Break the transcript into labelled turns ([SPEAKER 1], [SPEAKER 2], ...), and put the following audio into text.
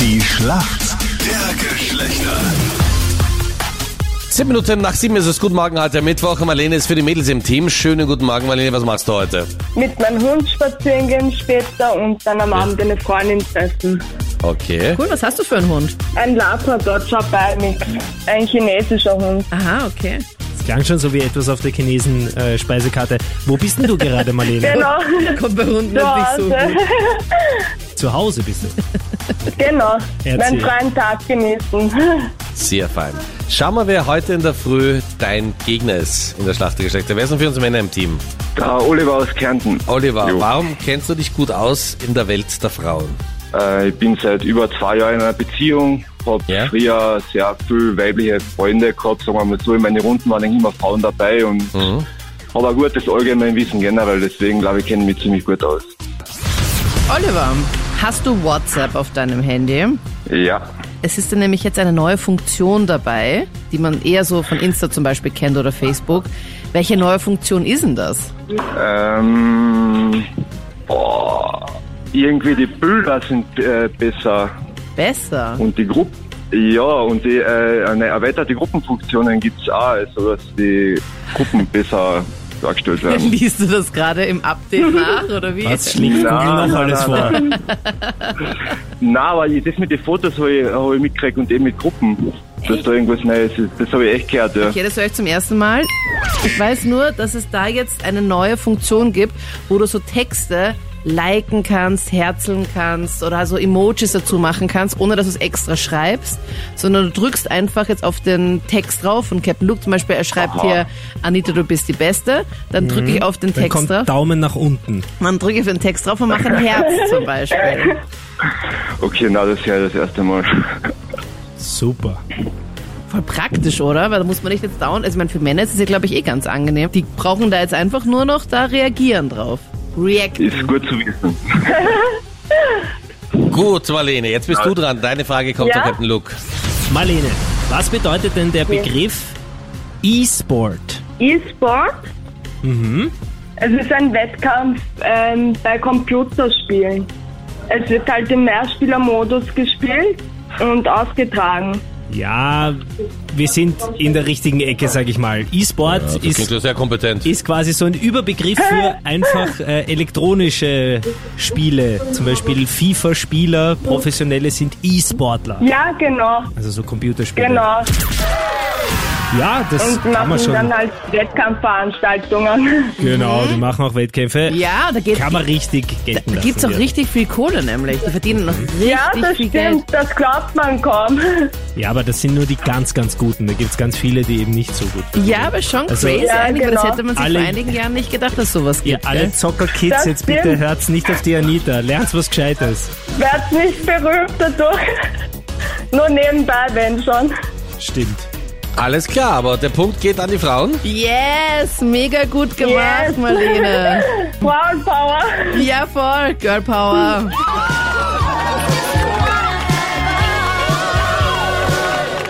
[SPEAKER 1] Die Schlacht der Geschlechter.
[SPEAKER 2] 10 Minuten nach 7 ist es Guten Morgen heute Mittwoch. Marlene ist für die Mädels im Team. Schönen guten Morgen, Marlene. Was machst du heute?
[SPEAKER 3] mit meinem Hund spazieren gehen später und dann am Abend eine Freundin treffen.
[SPEAKER 2] Okay.
[SPEAKER 4] Cool, was hast du für einen Hund?
[SPEAKER 3] Ein Labrador bei Mix, ein chinesischer Hund.
[SPEAKER 4] Aha, okay.
[SPEAKER 5] Das klang schon so wie etwas auf der Chinesen-Speisekarte. Wo bist denn du gerade, Marlene?
[SPEAKER 3] Genau,
[SPEAKER 4] Kommt bei Hunden
[SPEAKER 3] zu
[SPEAKER 4] nicht
[SPEAKER 3] Hause.
[SPEAKER 4] so gut.
[SPEAKER 5] Zu Hause bist du.
[SPEAKER 3] genau.
[SPEAKER 5] Erzähl.
[SPEAKER 3] Meinen freien Tag genießen.
[SPEAKER 2] Sehr fein. Schau mal, wer heute in der Früh dein Gegner ist in der Schlacht der Geschlechter. Wer ist denn für uns Männer im Team?
[SPEAKER 6] Der Oliver aus Kärnten.
[SPEAKER 2] Oliver,
[SPEAKER 6] Jo.
[SPEAKER 2] warum kennst du dich gut aus in der Welt der Frauen?
[SPEAKER 6] Äh, ich bin seit über zwei Jahren in einer Beziehung, habe
[SPEAKER 2] Ja.
[SPEAKER 6] früher sehr viel weibliche Freunde gehabt, sagen wir mal so. In meinen Runden waren eigentlich immer Frauen dabei und hab ein gutes Allgemeinwissen generell, deswegen glaube ich, kenne mich ziemlich gut aus.
[SPEAKER 4] Oliver, hast du WhatsApp auf deinem Handy?
[SPEAKER 6] Ja,
[SPEAKER 4] Es ist dann nämlich jetzt eine neue Funktion dabei, die man eher so von Insta zum Beispiel kennt oder Facebook. Welche neue Funktion ist denn das?
[SPEAKER 6] ähm, boah, irgendwie die Bilder sind äh, besser
[SPEAKER 4] Besser.
[SPEAKER 6] und die Gruppen. Ja, und die, äh, eine erweiterte Gruppenfunktionen gibt's auch, also dass die Gruppen besser dargestellt werden.
[SPEAKER 4] Liest du das gerade im Update nach oder wie?
[SPEAKER 5] Was schlägt
[SPEAKER 6] Na,
[SPEAKER 5] Google noch
[SPEAKER 6] na,
[SPEAKER 5] alles
[SPEAKER 6] na,
[SPEAKER 5] vor?
[SPEAKER 6] Na, aber das mit den Fotos habe ich, hab ich mitgekriegt und eben mit Gruppen. Dass da irgendwas Neues ist. Das habe ich echt gehört, ja.
[SPEAKER 4] Okay, das höre ich zum ersten Mal. Ich weiß nur, dass es da jetzt eine neue Funktion gibt, wo du so Texte liken kannst, herzeln kannst oder also Emojis dazu machen kannst, ohne dass du es extra schreibst, sondern du drückst einfach jetzt auf den Text drauf und Captain Luke zum Beispiel, er schreibt
[SPEAKER 6] Aha.
[SPEAKER 4] hier, Anita, du bist die Beste, dann drücke ich auf den
[SPEAKER 5] Mhm. Dann
[SPEAKER 4] Text
[SPEAKER 5] kommt
[SPEAKER 4] drauf,
[SPEAKER 5] Daumen nach unten.
[SPEAKER 4] dann drücke ich auf den Text drauf und mache ein Herz zum Beispiel.
[SPEAKER 6] Okay, na, das ist ja das erste Mal.
[SPEAKER 5] Super.
[SPEAKER 4] Voll praktisch, oder? Weil da muss man nicht jetzt dauern, also ich meine, für Männer ist es ja glaube ich eh ganz angenehm, die brauchen da jetzt einfach nur noch da reagieren drauf. React.
[SPEAKER 6] Ist gut zu wissen.
[SPEAKER 2] Gut, Marlene, jetzt bist du dran. Deine Frage kommt
[SPEAKER 3] Ja?
[SPEAKER 2] von Captain Luke.
[SPEAKER 5] Marlene, was bedeutet denn der Begriff E-Sport?
[SPEAKER 3] E-Sport.
[SPEAKER 4] Mhm.
[SPEAKER 3] Es ist ein Wettkampf ähm, bei Computerspielen. Es wird halt im Mehrspielermodus gespielt und ausgetragen.
[SPEAKER 5] Ja, wir sind in der richtigen Ecke, sag ich mal. E-Sport
[SPEAKER 2] Das klingt
[SPEAKER 5] ist,
[SPEAKER 2] ja sehr kompetent.
[SPEAKER 5] ist quasi so ein Überbegriff für einfach äh, elektronische Spiele. Zum Beispiel FIFA-Spieler, Professionelle sind E-Sportler.
[SPEAKER 3] Ja, genau,
[SPEAKER 5] Also so Computerspiele.
[SPEAKER 3] genau.
[SPEAKER 5] Ja, das
[SPEAKER 3] Und
[SPEAKER 5] kann man
[SPEAKER 3] machen
[SPEAKER 5] schon.
[SPEAKER 3] dann halt Wettkampfveranstaltungen.
[SPEAKER 5] Genau, die machen auch Wettkämpfe.
[SPEAKER 4] Ja, da geht
[SPEAKER 5] Kann man richtig gelten
[SPEAKER 4] Da
[SPEAKER 5] lassen.
[SPEAKER 4] gibt's auch
[SPEAKER 5] ja.
[SPEAKER 4] richtig viel Kohle nämlich. Die verdienen noch richtig
[SPEAKER 3] Ja, das
[SPEAKER 4] viel
[SPEAKER 3] stimmt,
[SPEAKER 4] Geld.
[SPEAKER 3] das glaubt man kaum.
[SPEAKER 5] Ja, aber das sind nur die ganz, ganz Guten. Da gibt's ganz viele, die eben nicht so gut sind.
[SPEAKER 4] Ja, aber schon
[SPEAKER 5] Also-
[SPEAKER 4] crazy
[SPEAKER 3] Ja,
[SPEAKER 4] eigentlich, weil das
[SPEAKER 3] genau.
[SPEAKER 4] hätte man sich
[SPEAKER 5] Alle-
[SPEAKER 4] vor einigen Jahren nicht gedacht, dass sowas
[SPEAKER 5] Ihr
[SPEAKER 4] gibt.
[SPEAKER 5] alle
[SPEAKER 4] gell?
[SPEAKER 5] Zockerkids,
[SPEAKER 3] Das
[SPEAKER 5] jetzt bitte
[SPEAKER 3] stimmt.
[SPEAKER 5] hört's nicht auf die Anita. Lernt's was Gescheites.
[SPEAKER 3] Werd nicht berühmt dadurch. Nur nebenbei, wenn schon.
[SPEAKER 5] Stimmt.
[SPEAKER 2] Alles klar, aber der Punkt geht an die Frauen.
[SPEAKER 4] Yes, mega gut gemacht,
[SPEAKER 3] Yes.
[SPEAKER 4] Marlene.
[SPEAKER 3] Frauenpower.
[SPEAKER 4] Ja, voll, Girl Power.